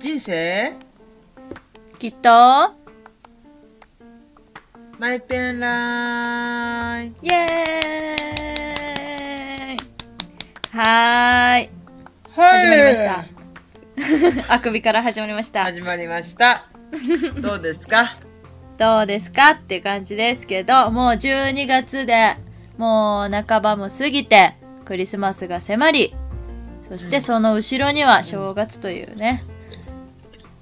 人生きっとマイペンラインイエーイはーい始まりました あくびから始まりました始まりましたどうですかどうですかっていう感じですけどもう12月でもう半ばも過ぎてクリスマスが迫りそしてその後ろには正月というね、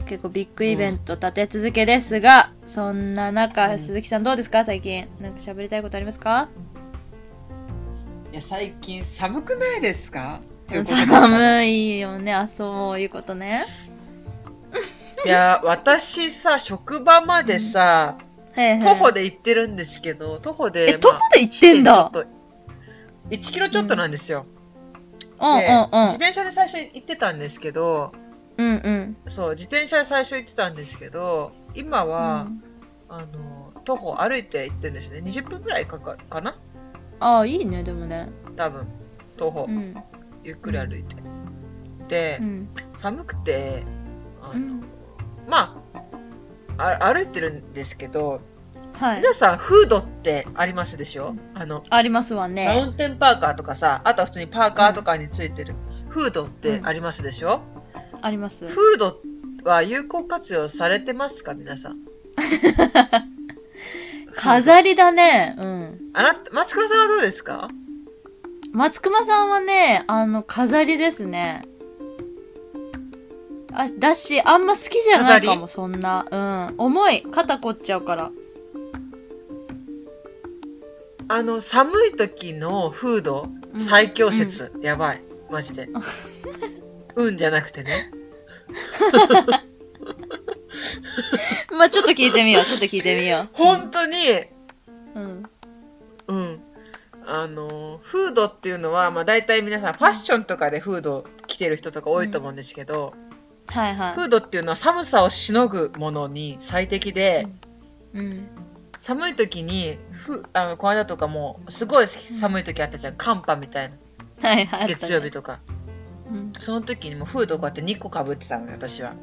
結構ビッグイベント立て続けですが、そんな中、鈴木さんどうですか最近なんか喋りたいことありますか いや最近寒くないですかということでした寒いよねあそういうこ とねいや私さ職場までさ、はいはい徒歩で行ってるんですけど徒歩でえ徒歩で行ってんだ1キロちょっとなんですよ、うんでうん自転車で最初行ってたんですけどうんうんうんそう自転車で最初行ってたんですけど今は、あの徒歩歩いて行ってるんですね20分ぐらいかかるかなああいいねでもね多分徒歩、うんゆっくり歩いてで、うん寒くてあの、うんまああ歩いてるんですけどはい皆さんフードってありますでしょあのありますわマウねンテンパーカーとかさあとは普通にパーカーとかについてる、フードってありますでしょ、ありますフードは有効活用されてますか皆 さん飾りだねうんあなた松倉さんはどうですか松隈さんはねあの飾りですねあだしあんま好きじゃないかもそんなうん重い肩凝っちゃうからあの寒い時のフードうん最強説、やばいマジで 運じゃなくてねまあちょっと聞いてみようちょっと聞いてみよ本当にううんうんあのフードっていうのは、まあ、大体皆さんファッションとかでフード着てる人とか多いと思うんですけど、はいはフードっていうのは寒さをしのぐものに最適で、いうん寒い時にふあのこの間とかもすごい寒い時あったじゃん寒波みたいなはいはいあったね月曜日とかうんその時にもフードをこうやって2個かぶってたのね私は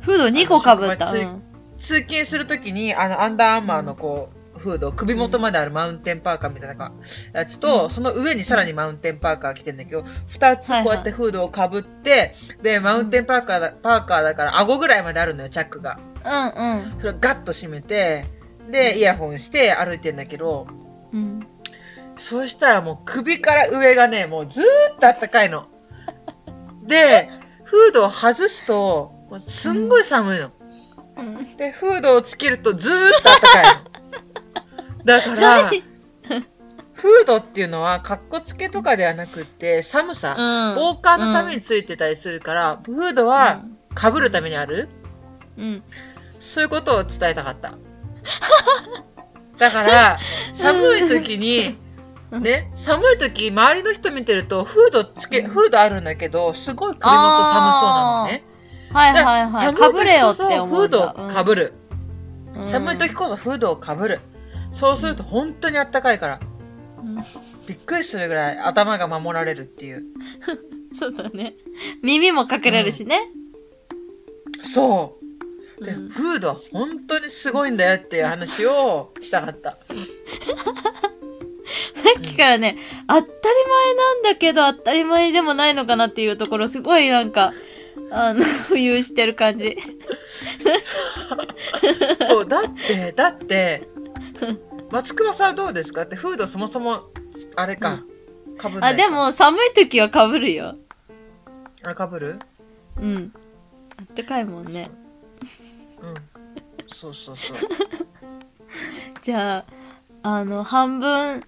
フード2個かぶったあの職場うん通勤するときにあのアンダーアーマーのこう、フード首元まであるマウンテンパーカーみたいなやつと、その上にさらにマウンテンパーカー着てんだけど2つこうやってフードをかぶって、でマウンテンパーカーだパーカーだから顎ぐらいまであるのよチャックがうんうんそれをガッと締めてでイヤホンして歩いてんだけどうんそうしたらもう首から上がねもうずーっとあったかいのでフードを外すともうすんごい寒いの、うんで、フードをつけるとずーっとあったかい の。だから、フードっていうのは、かっこつけとかではなくって、寒さ、うん防寒のためについてたりするから、フードは被るためにある、うんそういうことを伝えたか った。だから、寒い時に、ね、寒い時、周りの人見てると、フードつけ、フードあるんだけど、すごい首元寒そうなのね。はいだかはいらはい寒かぶれい時こよってそ、思フうーんだドをかぶる。うん寒い時こそフードをかぶるそうすると本当にあったかいからうんびっくりするぐらい頭が守られるっていうそうだね耳も隠れるしねそうで、うんフードは本当にすごいんだよっていう話をしたかったさっきからね、当たり前なんだけど、当たり前でもないのかなっていうところ、すごいなんか、あの、浮遊してる感じ。そうだってだって松隈さんどうですかってフードそもそもあれか、かぶんないあ、でも、寒い時は被るよ。あれかぶるうん。あったかいもんね。うんそうそう そうじゃあ、あの、半分、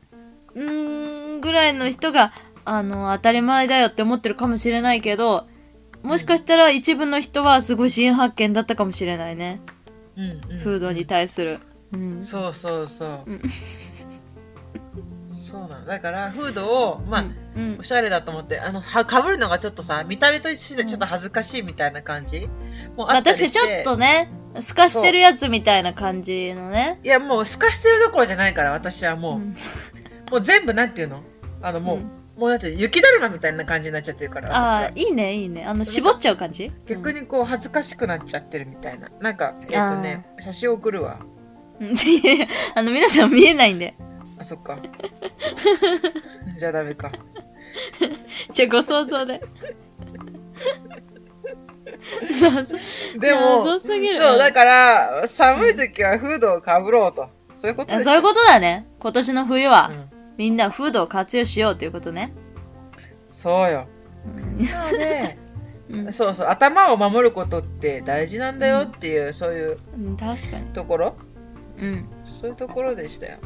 んーぐらいの人が、あの、当たり前だよって思ってるかもしれないけど、もしかしたら一部の人はすごい新発見だったかもしれないね。うんうんフードに対する。うん。そうそうそう、うんそうなのだからフードをまあ、うんお。しゃれだと思って、あの、はかぶるのがちょっとさ、見た目としてちょっと恥ずかしいみたいな感じ、もうまああったり確しかて、にちょっとね、透かしてるやつみたいな感じのね。いや、もう透かしてるどころじゃないから、私はもう、うんもう全部なんていうのあの、もう、うんもうだって雪だるまみたいな感じになっちゃってるから、ああ私はーいいねいいねあの絞っちゃう感じ逆にこう恥ずかしくなっちゃってるみたいな。なんか、えっ、とね、写真送るわ。うん いやいやあの皆さん見えないんであ、そっ か。じゃあダメか。じゃあご想像でそうそうでも、謎すぎるそう、だから、寒い時はフードをかぶろうと。そういうことあですそういうことだね今年の冬は、うんみんなフードを活用しようということねそう よ。うんなので、うんそうそう、頭を守ることって大事なんだよっていう、そういううん確かにところうんそういうところでしたよ。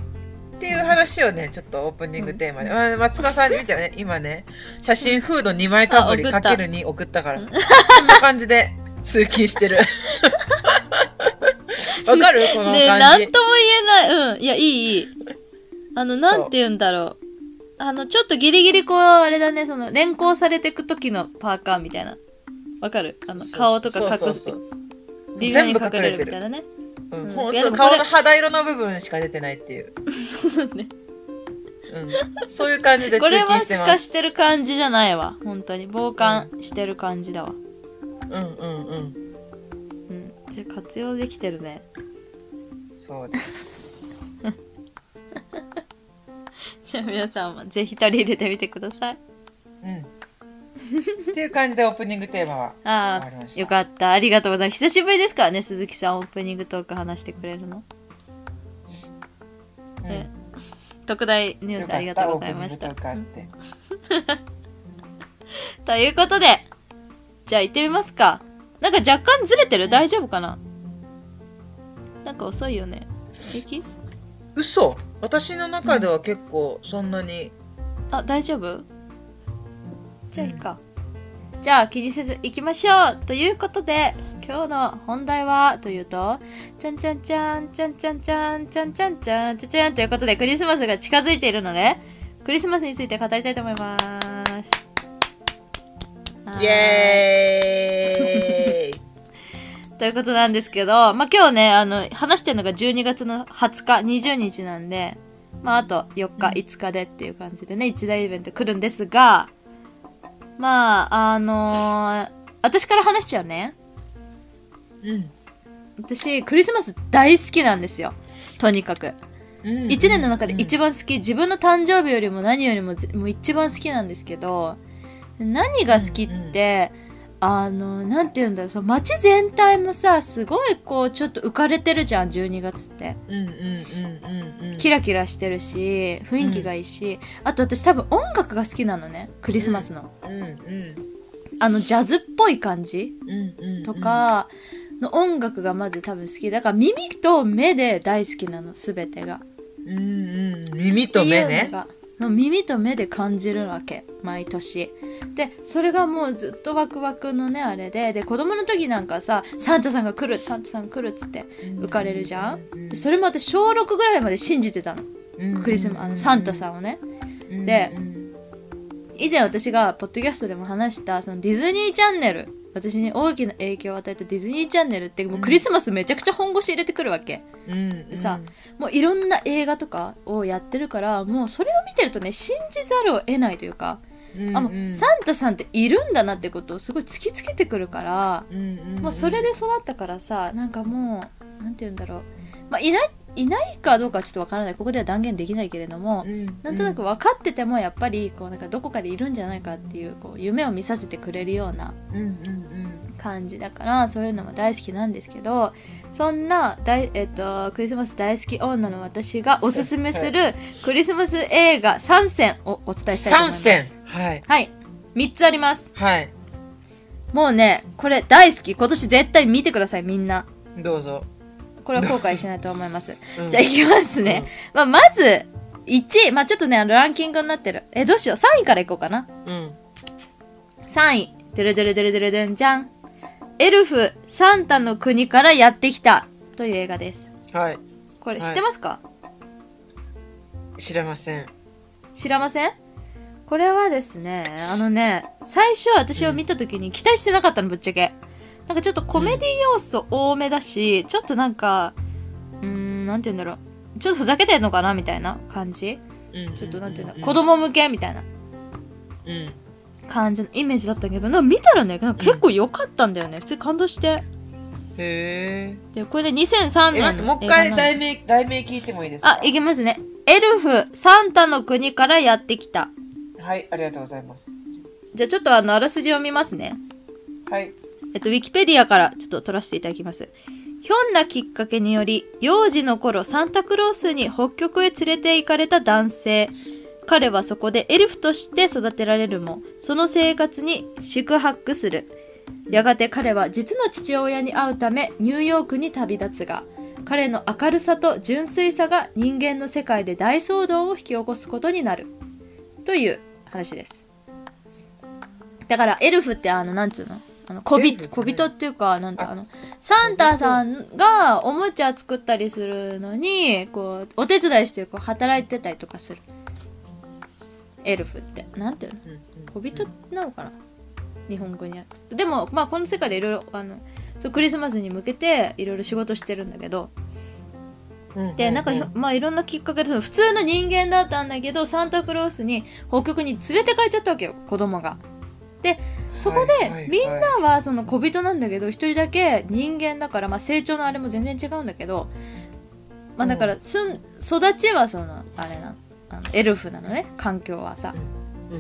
っていう話をね、ちょっとオープニングテーマで。まあ、松川さん見てよね、今ね、写真フード2枚かぶりあ送かったける2送ったから。こんな感じで通勤 してる。わかるこのねえ、な感んじ。とも言えない。うん。いや、いい、いい。あの、なんて言うんだろう。あの、ちょっとギリギリこう、あれだね、その、連行されてく時のパーカーみたいな。わかるあの、顔とか隠そす。うそうそう微妙全に部隠隠れれるてみたいる。なね。う、うんん本いや当でもこれ顔の肌色の部分しか出てないっていう。そうだね。うん、そういう感じで通 これ勤はし透てまかす。してる感じじゃないわ。本当に。傍観してる感じだわ。うんうんうん。うん。じゃあ活用できてるね。 そうです。じゃあ皆さんもぜひ取り入れてみてください。うん。っていう感じでオープニングテーマは。わあかりましあ、たよかった。ありがとうございます。久しぶりですからね、鈴木さんオープニングトーク話してくれるの。うんね特大ニュースありがとうございました。よかったオープニングとかあってということで、じゃあ行ってみますか。なんか若干ずれてる大丈夫かななんか遅いよね。平気嘘私の中では結構そんなに、あ、大丈夫じゃあいいか。じゃあ気にせず行きましょうということで、今日の本題はというと、ちゃんちゃんちゃん、ちゃんちゃんちゃん、ちゃんちゃんちゃん、ちゃんちゃんということでクリスマスが近づいているので、クリスマスについて語りたいと思います。イエーイということなんですけど、まあ、今日ね、あの、話してるのが12月の20日、20日なんで、まあ、あと4日、5日でっていう感じでね、一大イベント来るんですが、まあ、あのー私から話しちゃうね。うん私、クリスマス大好きなんですよ。とにかく。うん1年の中で一番好き、自分の誕生日よりも何よりもぜもう一番好きなんですけど何が好きって、あのなんて言うんだろうその街全体もさすごいこうちょっと浮かれてるじゃん12月ってうんうんうんうんうんキラキラしてるし雰囲気がいいし、あと私多分音楽が好きなのねクリスマスの、うんうんあのジャズっぽい感じうんうんとかの音楽がまず多分好きだから耳と目で大好きなの全てが。うんうん耳と目っていうねのがの耳と目で感じるわけ毎年でそれがもうずっとワクワクのねあれでで子供の時なんかさサンタさんが来るサンタさん来るっつって浮かれるじゃんでそれも私小6ぐらいまで信じてたのクリスマあのサンタさんをねんでうん以前私がポッドキャストでも話したそのディズニーチャンネル私に大きな影響を与えたディズニーチャンネルってもうクリスマスめちゃくちゃ本腰入れてくるわけうんでさもういろんな映画とかをやってるからもうそれを見てるとね信じざるを得ないというかうんあもうんうサンタさんっているんだなってことをすごい突きつけてくるからうんうんもうそれで育ったからさなんかもうなんて言うんだろう、まあ、いないいないかどうかはちょっとわからないここでは断言できないけれどもうんなんとなく分かっててもやっぱりこうなんかどこかでいるんじゃないかっていうこう夢を見させてくれるようなうんうん感じだからそういうのも大好きなんですけどそんな大、えっとクリスマス大好き女の私がおすすめするクリスマス映画3選をお伝えしたいと思い3ます。選はいはい3つあります。はいもうね、これ大好き。今年絶対見てください、みんな。どうぞこれは後悔しないと思います。うんじゃあ、いきますね。まあ、まず、1位。まあ、ちょっとね、あのランキングになってる。え、どうしよう。3位からいこうかな。うん3位。でるでるでるでるでんじゃん。エルフ、サンタの国からやってきた。という映画です。はいこれ、はい知ってますか、知れません知らませんこれはですね、あのね、最初私を見た時に期待してなかったの、ぶっちゃけ。なんかちょっとコメディ要素多めだし、ちょっとなんか、うーん、なんて言うんだろう。ちょっとふざけてんのかなみたいな感じ。ちちょっとなんて言うんだ、う子供向けみたいなうん。感じのイメージだったけど、なんか見たらね、なんか結構良かったんだよね。普通に感動して。へーで、これで2003え、待って、年ものう一映画なん回で。題名、題名聞いてもいいですかあ、いきますね。エルフ、サンタの国からやってきた。はい、ありがとうございます。じゃあちょっとあの、あらすじを見ますね。はい。えっと、ウィキペディアからちょっと取らせていただきます。ひょんなきっかけにより、幼児の頃サンタクロースに北極へ連れて行かれた男性。彼はそこでエルフとして育てられるも、その生活に宿泊する。やがて彼は実の父親に会うためニューヨークに旅立つが、彼の明るさと純粋さが人間の世界で大騒動を引き起こすことになる。という話です。だからエルフってあの、なんつうのあの小エルフ人、ってね小人っていうか、なんだ、あの、サンタさんがおもちゃ作ったりするのに、こう、お手伝いしてこう働いてたりとかする。エルフって。なんていうのうんうん小人なのかな日本語に訳すとでも、まあ、この世界でいろいろあのそうクリスマスに向けていろいろ仕事してるんだけどうんでなんか、うんまあ、いろんなきっかけでその普通の人間だったんだけどサンタクロースに北極に連れてかれちゃったわけよ子供が。でそこはいはいはでいみんなはその小人なんだけど一人だけ人間だから、まあ、成長のあれも全然違うんだけど、まあ、だからすん育ちはそのあれなのあのエルフなのね環境はさ。う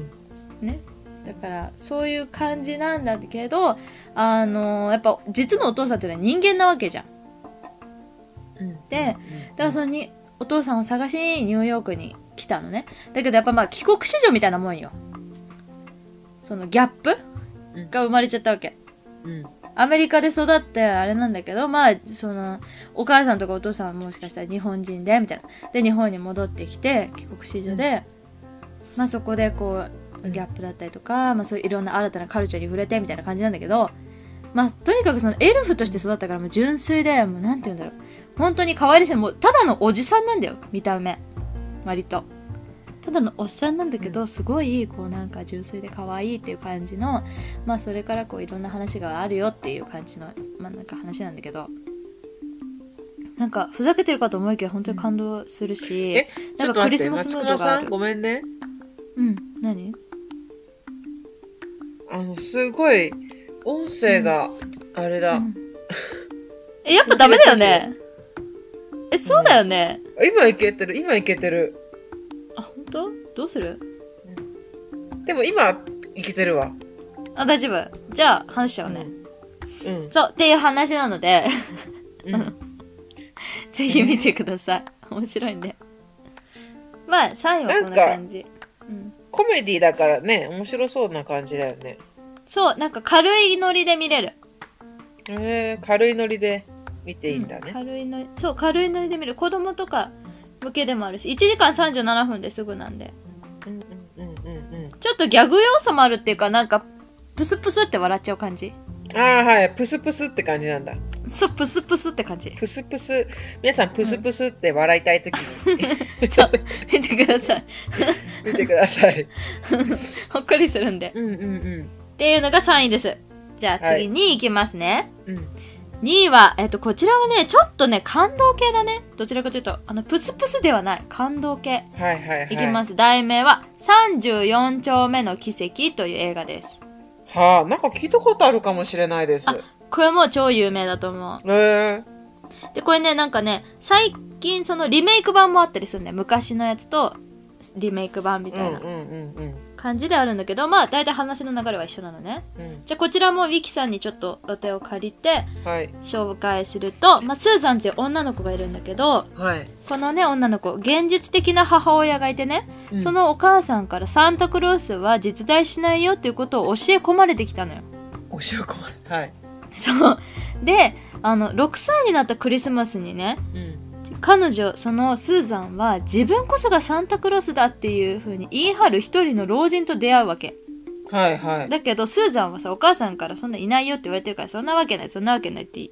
んねだからそういう感じなんだけどあのーやっぱ実のお父さんっていうのは人間なわけじゃんだうんでからそのにお父さんを探しにニューヨークに来たのねだけどやっぱまあ帰国子女みたいなもんよそのギャップうんが生まれちゃったわけうんアメリカで育ってあれなんだけどまあそのお母さんとかお父さんはもしかしたら日本人でみたいなで日本に戻ってきて帰国子女で、まあそこでこうギャップだったりとか、まあ、そういういろんな新たなカルチャーに触れてみたいな感じなんだけどまあとにかくそのエルフとして育ったからもう純粋でもうなんて言うんだろう本当に可愛いしもうただのおじさんなんだよ見た目割と。ただのおっさんなんだけどすごいこうなんか純粋で可愛いっていう感じのまあそれからこういろんな話があるよっていう感じのまあなんか話なんだけどなんかふざけてるかと思いきや本当に感動するし、えちなょんっとかク待リっスて、マス松ムー隈ドがあさん、るごめんね。うん何あの、すごい、音声が、あれだ。 えやっぱダメだよねえそうだよね、今いけてる、今いけてる。あ本当どうするでも今、いけてるわ。あ大丈夫じゃあ話しちゃうね、うん。そうっていう話なので うん。ぜひ見てください面白いんでまあ3位はこんな感じうんコメディだからね、面白そうな感じだよね。そうなんか軽いノリで見れるえー、軽いノリで見ていいんだうんね。軽いノリそう軽いノリで見る子供とか向けでもあるし1時間37分ですぐなんでうんうんうんうんちょっとギャグ要素もあるっていうかなんかプスプスって笑っちゃう感じうん。ああ、はい。プスプスって感じなんだ。そうプスプスって感じ プスプス。皆さん、プスプスって笑いたいとき にそう見てください見てください。ほっこりするんでうんうんうん。っていうのが3位ですじゃあは次い2位いきますね、うん。 2位は、えっと、こちらはね、ちょっとね、感動系だね。どちらかというと、あの、プスプスではない、感動系。はいはいはい。。いきますす。題名は、34丁目の奇跡という映画です。はあ、なんか聞いたことあるかもしれないです。あこれも超有名だと思う。ええで、これね、なんかね、最近そのリメイク版もあったりするんだよ。昔のやつとリメイク版みうたいんなうんうんうん感じであるんだけど、まあ、大体話の流れは一緒なのね。うん。じゃあ、こちらもウィキさんにちょっとお手を借りてはい。紹介すると、まあ、スーさんっていう女の子がいるんだけど、はい。このね、女の子、現実的な母親がいてね、うんそのお母さんからサンタクロースは実在しないよっていうことを教え込まれてきたのよ。おし込まれた。はい。そう。で、あの、6歳になったクリスマスにね、うん。彼女そのスーザンは自分こそがサンタクロースだっていう風に言い張る一人の老人と出会うわけはいはい。だけどスーザンはさお母さんからそんないないよって言われてるからそんなわけないそんなわけないって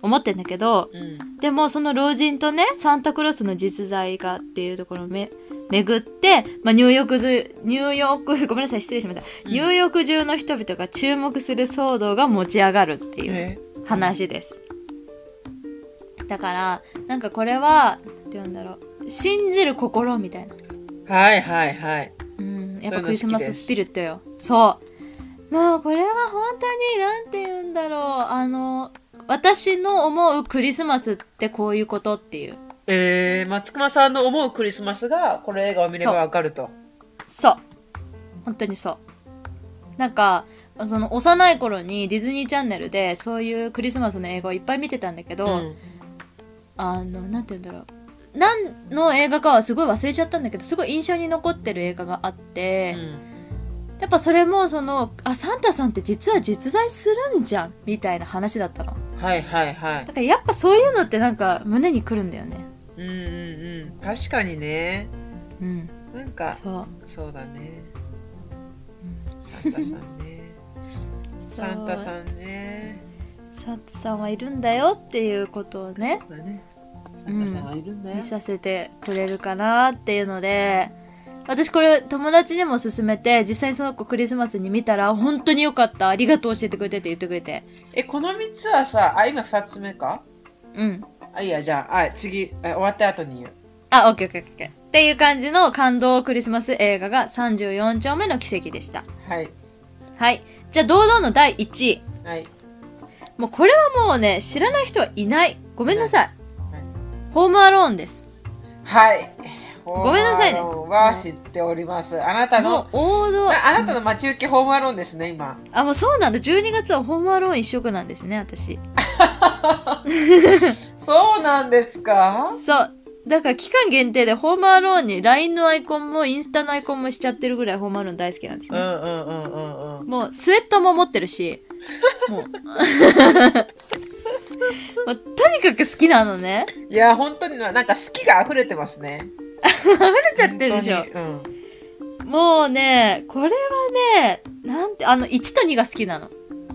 思ってんだけどうん。でもその老人とねサンタクロースの実在がっていうところをめ巡って、まあ、ニューヨーク中ニューヨークごめんなさい失礼しました、うんニューヨーク中の人々が注目する騒動が持ち上がるっていうえ話ですだからなんかこれはなんて言うんだろう信じる心みたいな、はいはいはい。うん、うん、やっそういうのぱ好きクリスマスですスピリットよ。そう。もうこれは本当に、なんて言うんだろう。あの、私の思うクリスマスってこういうことっていう。えー、松隈さんの思うクリスマスが、この映画を見ればわかると。そう。本当にそう。なんか、その幼い頃にディズニーチャンネルでそういうクリスマスの映画をいっぱい見てたんだけど、うん。あの、なんて言うんだろう。何の映画かはすごい忘れちゃったんだけど、すごい印象に残ってる映画があって、うんやっぱそれもそのあサンタさんって実は実在するんじゃんみたいな話だったのはいはいはいだ。からやっぱそういうのってなんか胸にくるんだよねうんうんうん。確かにね。うんなんか、そうそうだね。サンタさんね。サンタんさんね。サンタさんはいるんだよっていうことをねそうだね。サンタさんはいるんだよ見。させてくれるかなっていうので私これ友達にも勧めて実際にその子クリスマスに見たら本当によかったありがとう教えてくれてって言ってくれてえ、この3つはさ、あ、今2つ目かうんあ、いいや、じゃあ、あ、次、あ終わった後に言う。あオッケーオッケーオッケーっていう感じの感動クリスマス映画が34丁目の奇跡でしたはい。はい。じゃあ、堂々の第1位。はい。もうこれはもうね、知らない人はいない。ごめんなさい。何ホームアローンです。はい。ごめんなさいねホームアローンは知っております。あなたもうの、王道あ。あなたの待ち受けホームアローンですね、今。あ、もうそうなんだ。12月はホームアローン一色なんですね、私。そうなんですかそう。だから期間限定でホームアローンに LINE のアイコンもインスタのアイコンもしちゃってるぐらいホームアローン大好きなんですうんね。うんうんうんうん。もうスウェットも持って るし、もう。 もうとにかく好きなのね。いや、本当にな、なんか好きが溢れてます ね。慣れちゃってるでしょ本。当にうん。もうね、これはね、なんて、あの、1と2が好きなの。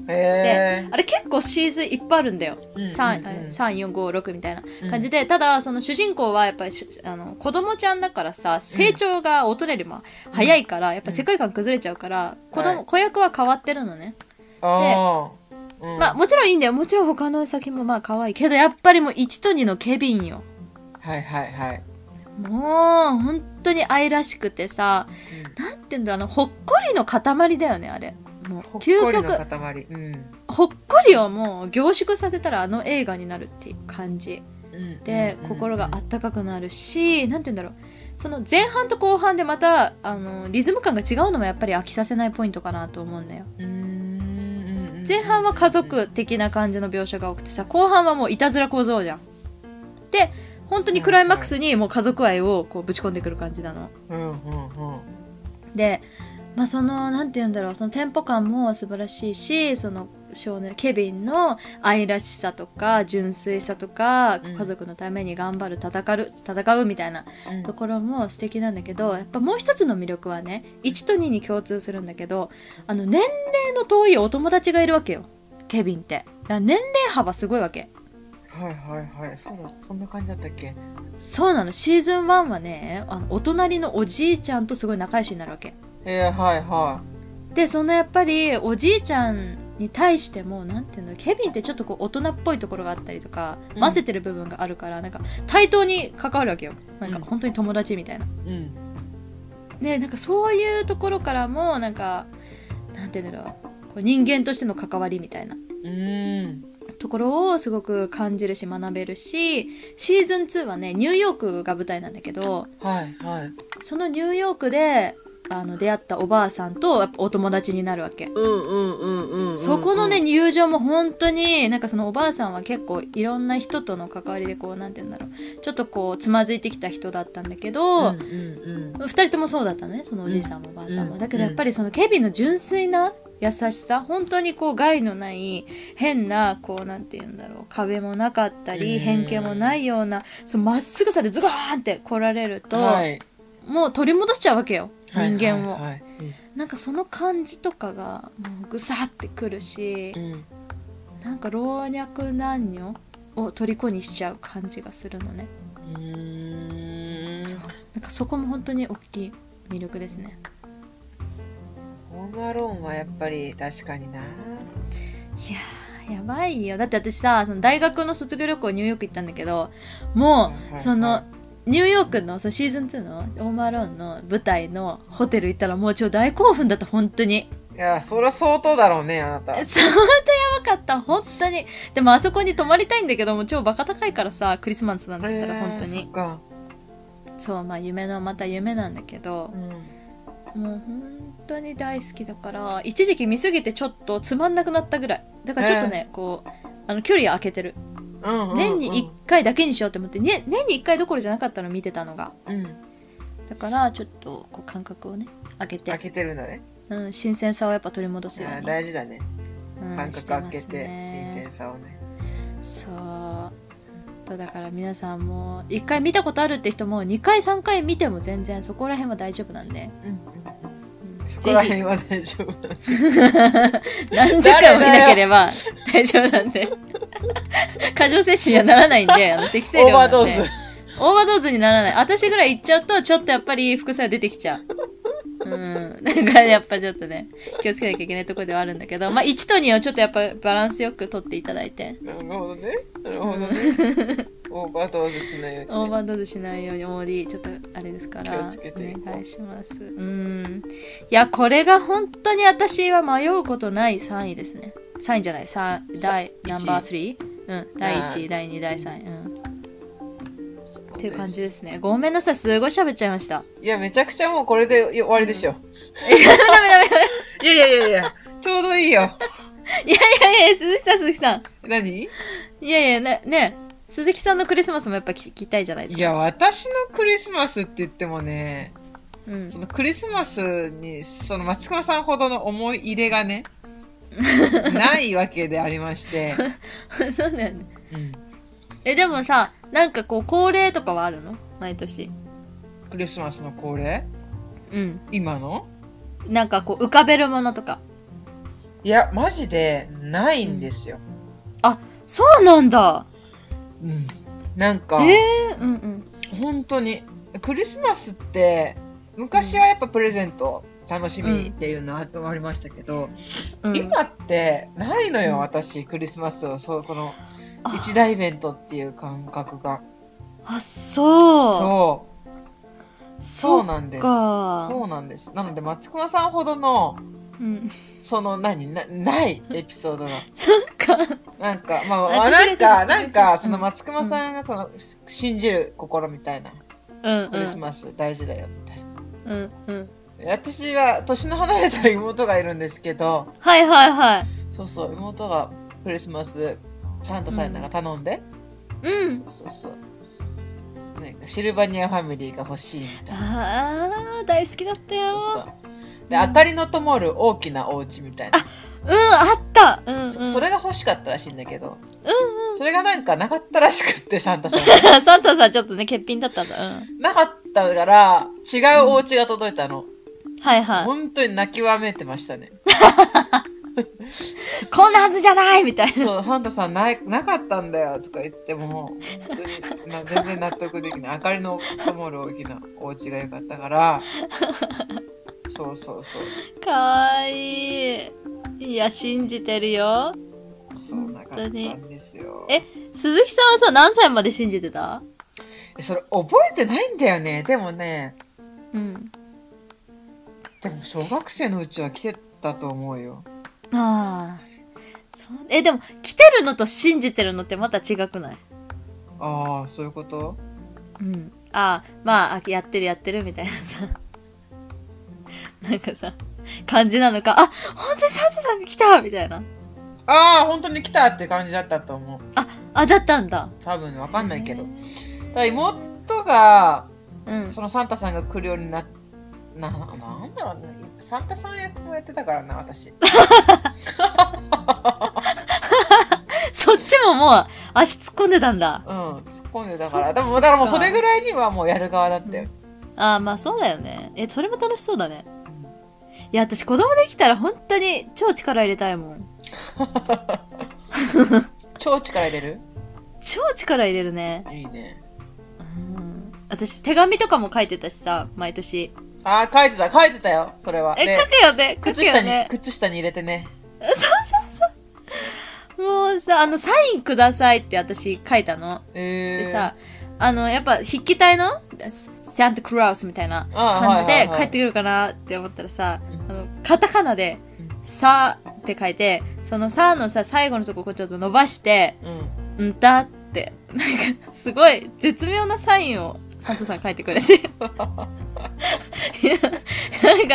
へで、あれ結構シーズンいっぱいあるんだよ。うんうんうん3、4、5、6みたいな感じで、ただ、その主人公はやっぱりし、あの、子供ちゃんだからさ、成長が大人よりも早いから、やっぱ世界観崩れちゃうから、子供、はい子役は変わってるのね。え。ああ。うんまあ、もちろんいいんだよ。もちろん他の作品もまあ可愛いけど、やっぱりもう1と2のケビンよ。はいはいはい。もう、本当に愛らしくてさ、なんていうんだ、あの、ほっこりの塊だよね、あれ。もう、ほっ究こりの極。塊。うん。ほっこりをもう凝縮させたらあの映画になるっていう感じうんで、うんうん心があったかくなるしなんて言うんだろうその前半と後半でまたあのリズム感が違うのもやっぱり飽きさせないポイントかなと思うんだようんうんうんうん前半は家族的な感じの描写が多くてさ後半はもういたずら小僧じゃんで本当にクライマックスにもう家族愛をこうぶち込んでくる感じなのうんうんうんで、まあ、そのなんて言うんだろうそのテンポ感も素晴らしいしその少年ケビンの愛らしさとか純粋さとか、うん家族のために頑張る戦う戦うみたいなうんところも素敵なんだけどやっぱもう一つの魅力はね1と2に共通するんだけどあの年齢の遠いお友達がいるわけよケビンって。だから年齢幅すごいわけ。はいはいはい。そうだ、そんな感じだったっけそうなのシーズン1はねあのお隣のおじいちゃんとすごい仲良しになるわけ。えー、はいはでそのやっぱりおじいちゃんに対してもなんていうのケビンってちょっとこう大人っぽいところがあったりとかうん混ぜてる部分があるから、なんか対等に関わるわけよなんかうん本当に友達みたいな。い。うん。でなんかそういうところからもなんかなんていうんだろうこう人間としての関わりみたいなうん。ところをすごく感じるし学べるしシーズン2はねニューヨークが舞台なんだけどはいはい。そのニューヨークであの出会ったおばあさんとやっぱお友達になるわけ。うんうんうんうんうんうん。そこのね、友情も本当に、なんかそのおばあさんは結構いろんな人との関わりでこう、なんて言うんだろう。ちょっとこう、つまずいてきた人だったんだけうんど、うんうん。二人ともそうだったのね、そのおじいさんもおばあさんも。うんだけどやっぱりそのケビンの純粋な優しさ、本当にこう、害のない、変な、こう、なんて言うんだろう、壁もなかったうり、ん偏見もないような、そのまっすぐさでズゴーンって来られると、はいもう取り戻しちゃうわけよ、人間を。はいはいはいなんかその感じとかが、もうぐさってくるしう、んなんか老若男女を虜にしちゃう感じがするのね、うん。うー。そうんなんかそこも本当に大きい魅力ですねホームアローンはやっぱり確かにな。いやーやばいよだって私さその大学の卒業旅行ニューヨーク行ったんだけどもはいはいうはいそのニューヨークのそのシーズン2のオーマーローンの舞台のホテル行ったらもうちょ大興奮だった本当にいや、そりゃ相当だろうね、あなた。相当やばかった本当にでもあそこに泊まりたいんだけどもう超バカ高いからさクリスマスなんつったら本え当ーそにっ、か。そうまあ夢のまた夢なんだけどう、ん。もう本当に大好きだから一時期見すぎてちょっとつまんなくなったぐらいだからちょっとね、こうあの距離空けてるうんうんうん年に1回だけにしようと思って、ね、年に1回どころじゃなかったの見てたのがうん。だからちょっとこう感覚をね上げて開、けてるんだね。うん、新鮮さをやっぱ取り戻すようあに、大事だね。うん感覚してま開すけて、ね新鮮さをね。そう本当だから皆さんも1回見たことあるって人も2回3回見ても全然そこら辺は大丈夫なんで、うんうんうんそこら辺は大丈夫だね。何時間もいなければ大丈夫なんで過剰摂取にはならないんであの適正オ量ーバなーんドーでズ。オーバードーズにならない私ぐらいいっちゃうとちょっとやっぱり副作用出てきちゃううんだからやっぱちょっとね気をつけなきゃいけないところではあるんだけどまあ1と2をちょっとやっぱバランスよく取っていただいてなるほどね。なるほど ね。オーバードーズしないようにね。オーバードーズしないように OD ちょっとあれですから気をつけていこうお願いしますうんいやこれが本当に私は迷うことない3位ですね3位じゃない3第一位ナンバー3うん第は1い位第2位第3位うんそうっていう感じですねごめんなさいすごい喋っちゃい ましたいや、めちゃくちゃもうこれで終わりでしょ。えダメダメダメいやいやいやいや、ちょうどいい よ。いやいやいや鈴木さん鈴木さん何いやいやねね鈴木さんのクリスマスもやっぱ聞きたいじゃないでいすかや、私のクリスマスって言ってもね、うん そのクリスマスに、その松隈さんほどの思い入れが ね、ないわけでありまして、そうだよねうんえでもさなんかこう恒例とかはあるの毎年クリスマスの恒例うん今のなんかこう浮かべるものとかいや、マジでないんですよ。そうなんだうん。なんか、えー、うんうん本当にクリスマスって昔はやっぱプレゼント楽しみっていうのはありましたけど、うん今ってないのうんよ私クリスマスをそうこのあ一大イベントっていう感覚があそうそうそうなんですかそうなんですなので松隈さんほどのうんその何なないエピソードが そっかなんかまあ私まあがなんかなんかちょっとそのうん松隈さんがその信じる心みたいなうんクリスうマス大事だよみたいなんうんうん私は年の離れた妹がいるんですけどはいはいはいそうそう妹がクリスマスサンタさんなんか頼んで、うんそうそうなんかシルバニアファミリーが欲しいみたいなあー大好きだったそうよそうで明かりの灯る大きなお家みたいな、うんあったうんうんそそれが欲しかったらしいんだけど、うんそれがなんかなかったらしくってサンタさん がうん サンタさんちょっとね欠品だったんだうなかったから違うお家が届いたの、んはいは本当に泣きわめいてましたねいこんなはずじゃないみたいな そう、サンタさんない、なかったんだよとか言っても、本当にな全然納得できない。明かりの灯る大きなお家が良かった から、そうそうそう。かわいいいや信じてるよそうなかったんですよ。え鈴木さんはさ何歳まで信じてたえそれ覚えてないんだよね。でもね、うんでも小学生のうちは来てたと思うよ。ああ。そうえ、でも、来てるのと信じてるのってまた違くないああ、そういうことうん。ああ、まああ、やってるやってるみたいなさ。 なんかさ、感じなのか、あ、本当にサンタさんが来たみたいな。ああ、本当に来たって感じだったと思う。あ、だったんだ。多分わかんないけど。ただ妹が、うん。そのサンタさんが来るようになななんだろうねサンタさん役もやってたからな私そっちももう、足突っ込んでたんだ。うん突っ込んでたから そっでかもそだっかからもうそれぐらいにはもうやる側だったよ、ああ、まあそうだよね。え、それも楽しそうだね。いや、私子供できたら本当に超力入れたいもん。超力入れる超力入れるね。いいねうん。私、手紙とかも書いてたしさ、毎年。ああ書いてた書いてたよそれはえ、で書くよね。書靴く下よに、ね。靴下に入れてねもうさ、あの、サインくださいって私書いたの。えー、でさ、あの、やっぱ筆記体のサンタクラウスみたいな感じあはいはいではい帰ってくるかなって思ったらさ、あの、カタカナで、さーって書いて、そのさーのさ、最後のとここうちょっと伸ばして、うん。んだって、なんか、すごい絶妙なサインをサンタさん書いてく れて。い やなん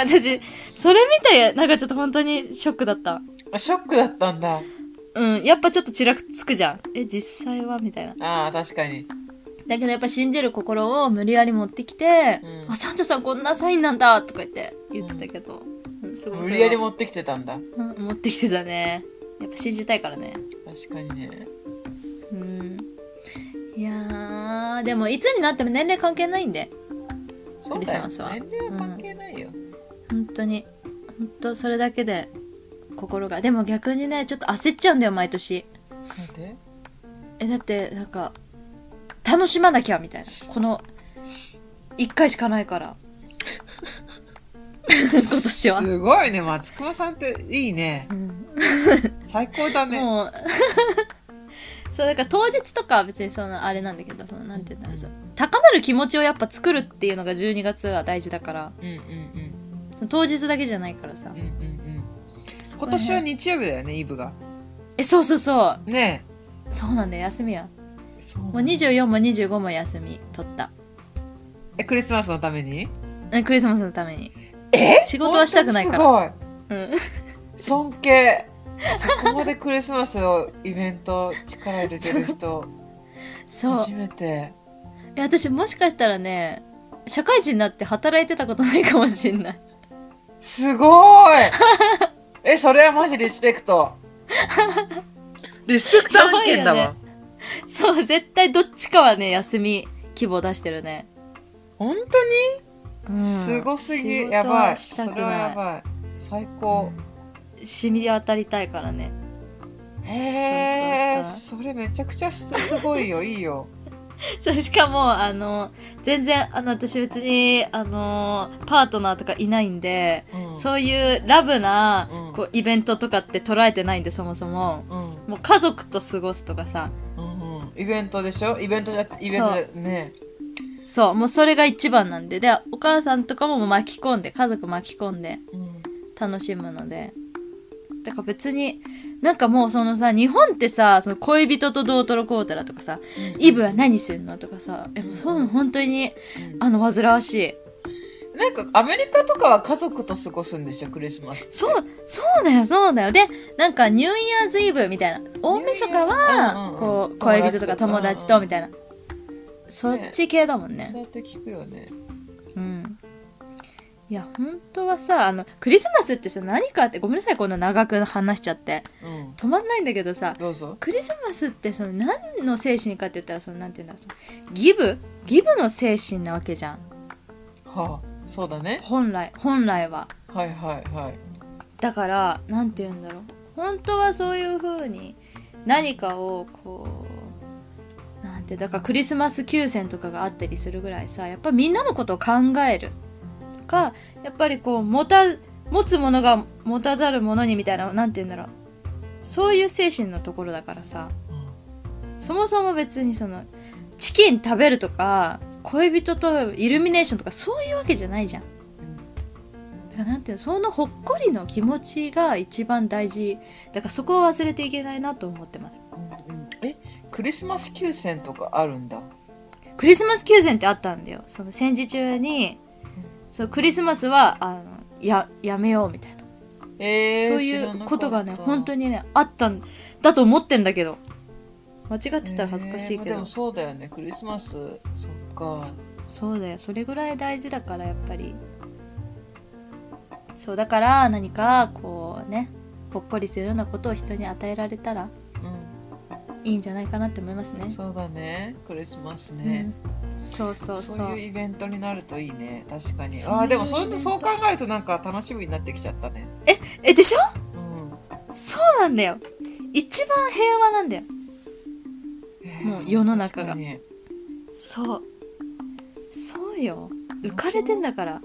か私、それ見て、なんかちょっと本当にショックだった。あショックだったんだ。うん、やっぱちょっとちらつくじゃん。え、実際はみたいな。ああ、確かに。だけどやっぱ信じる心を無理やり持ってきて、うんあ、サンタさんこんなサインなんだとか言って言ってたけど、うん、すごい無理やりそ持ってきてたんだ。れはうん持ってきてたね。やっぱ信じたいからね。確かにね。うん。いやー、でもいつになっても年齢関係ないんで、そうだよ。クリスマスは年齢は関係ないよ。本当に。本当それだけで心が。でも逆にね、ちょっと焦っちゃうんだよ、毎年。なんでえだってなんか楽しまなきゃみたいなこの1回しかないから 今年は、すごいね、松隈さんっていいね。うん最高だね。もう そうだから当日とかは別にそのあれなんだけどそのなんて言ったらいいんでしょう高なる気持ちをやっぱ作るっていうのが12月は大事だからうんうんその当日だけじゃないからさうん。うんうんうん。そこ今ら辺年は日曜日だよね、イブが。えそうそうそうねそうなんだよ休みやえ。そうもう24も25も休み取ったえ、クリスマスのためにえクリスマスのためにえ仕事はしたくないから本うん当にすごい。尊敬。そこまでクリスマスのイベント力入れてる 人、そう初めて。いや私もしかしたらね社会人になって働いてたことないかもしれない すごい え、それはマジリスペクト。リスペクト案件だやわ。ばそう絶対どっちかはね休み規模出してるね、本当にうん、すごすぎ、仕事はやばいしたそくれはやなばい最高、い染み渡りたいからね へえそうそれめちゃくちゃすすごいよいいよそうしかもあの全然あの私別にあのパートナーとかいないんで、うんそういうラブな、うんこうイベントとかって捉えてないんでそもそもうんもう家族と過ごすとかさうんうんイベントでしょイベントじゃイベントじゃねそうもうそれが一番なんででお母さんとかももう巻き込んで家族巻き込んでうん楽しむのでだから別になんかもうそのさ日本ってさその恋人とどうとろこうたらとかさイブは何すんのとかさえもうそういうの本当にうんあの煩わしいなんかアメリカとかは家族と過ごすんでしょクリスマスそうそうだよそうだよでなんかニューイヤーズイブみたいな大晦日うんうんはこう恋人とか友友達達ととみたいなそっち系だもんねそうやって聞くよねうんいや本当はさあのクリスマスってさ何かってごめんなさいこんな長く話しちゃってうん止まんないんだけどさどうぞクリスマスってその何の精神かって言ったらそのなんて言うんだろうそのギブギブの精神なわけじゃんはあそうだね本来本来ははいはいはいだからなんて言うんだろう本当はそういう風に何かをこうなんてだからクリスマス休戦とかがあったりするぐらいさやっぱみんなのことを考えるとかやっぱりこう持た持つものが持たざるものにみたいななんて言うんだろうそういう精神のところだからさうんそもそも別にそのチキン食べるとか恋人とイルミネーションとかそういうわけじゃないじゃん。だからなんていうのそのほっこりの気持ちが一番大事だからそこを忘れていけないなと思ってますうんうんえクリスマス休戦とかあるんだクリスマス休戦ってあったんだよその戦時中にそうクリスマスはあのややめようみたいな、えー、そういうことがね本当ににねあったんだと思ってんだけど間違ってたら恥ずかしいけえーど、でもそうだよねクリスマスそっかそうだよそれぐらい大事だからやっぱりそうだから何かこうねほっこりするようなことを人に与えられたらいいんじゃないかなって思いますうねんそうだねクリスマスね、うんそうそうそそうういうイベントになるといいね確かにそういうああでもそういうイベのントそう考えるとなんか楽しみになってきちゃったねえでしょうんそうなんだよ一番平和なんだよもう世の中が確かにそうそうよ浮かれてんだから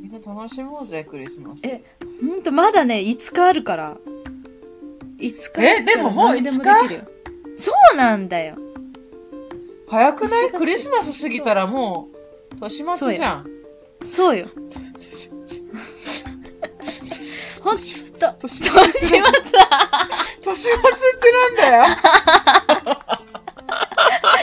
みんな楽しもうぜクリスマスえほんとまだね5日あるから5日えでももう何でも5日できるよそうなんだよ早くな忙いしいクリスマス過ぎたらもう、年末じゃん。そうよ。ほんと、年末年末は、年末ってなんだよ。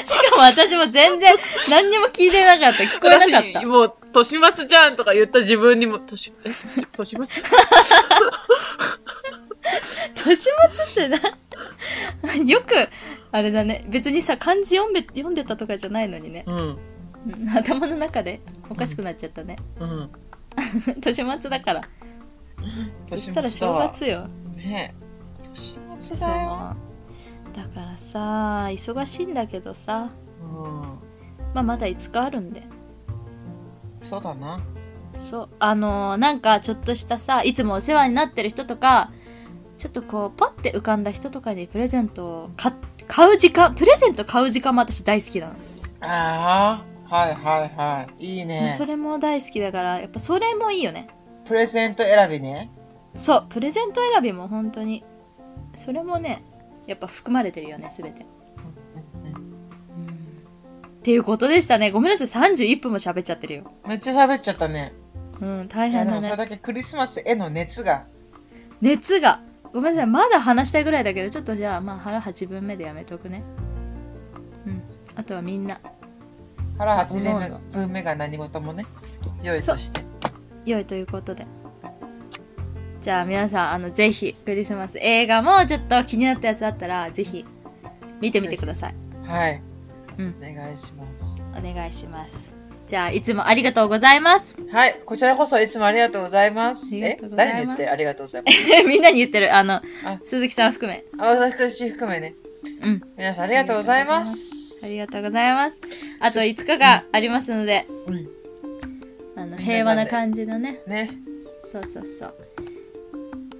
しかも私も全然何にも聞いてなかった。聞こえなかっ 私た。もう、年末じゃんとか言った自分にも、年、え年年末年末ってな、よく、あれだね。別にさ、漢字読んで読んでたとかじゃないのにね。うん。うん頭の中でおかしくなっちゃったね。うん。年末だから。そ年したら末正だわ。月よ。ねえ。年末そう。だよ。だからさ、忙しいんだけどさ、うん。まあまだ5日あるんで。そうだな。そう。あのーなんかちょっとしたさ、いつもお世話になってる人とか、ちょっとこう、パッて浮かんだ人とかにプレゼントを買っ買う時間、プレゼント買う時間も私大好きなの。ああ、はいはいはい。いいね。それも大好きだから、やっぱそれもいいよね。プレゼント選びね。そう、プレゼント選びも本当に。それもね、やっぱ含まれてるよね、すべて。っていうことでしたね。ごめんなさい、31分も喋っちゃってるよ。めっちゃ喋っちゃったね。うん、大いや変でだもそれね。だけクリスマスへの熱が。熱が。ごめんなさい、まだ話したいぐらいだけど、ちょっとじゃあ、まあ、腹8分目でやめとくね。うん。あとはみんな、腹八思うの連分目が何事もね。良いとして。良いということで。じゃあ皆さん、あの、ぜひ、クリスマス映画もちょっと気になったやつだったら、ぜひ、見てみてください。はい。うんお願いします。お願いします。じゃあ、いつもありがとうございます。 はい。こちらこそいつもありがとうございます。ありえがとうございます誰に言ってありがとうござい ます。みんなに言ってる、あの、鈴木さん含め。あ、私含めね。うん。皆さんありがとうございまあす。りがとうございます。あとそし5日がありますので、うん。あの、みんな平和な感じのね。ね。そうそうそう。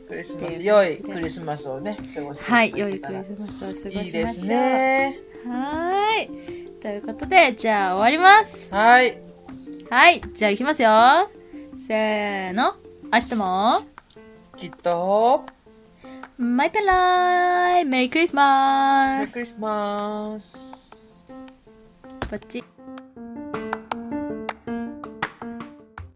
クリスマってス、いう感良じいでクリスマスをね、過ごしてただはけい、たら良いクリスマスを過ごしましょう。いいですね。はーい。ということで、じゃあ終わります。はい。はい。じゃあ行きますよ。せーの。明日も、きっと、マイペラーイメリークリスマメリースクリスマス。バッチ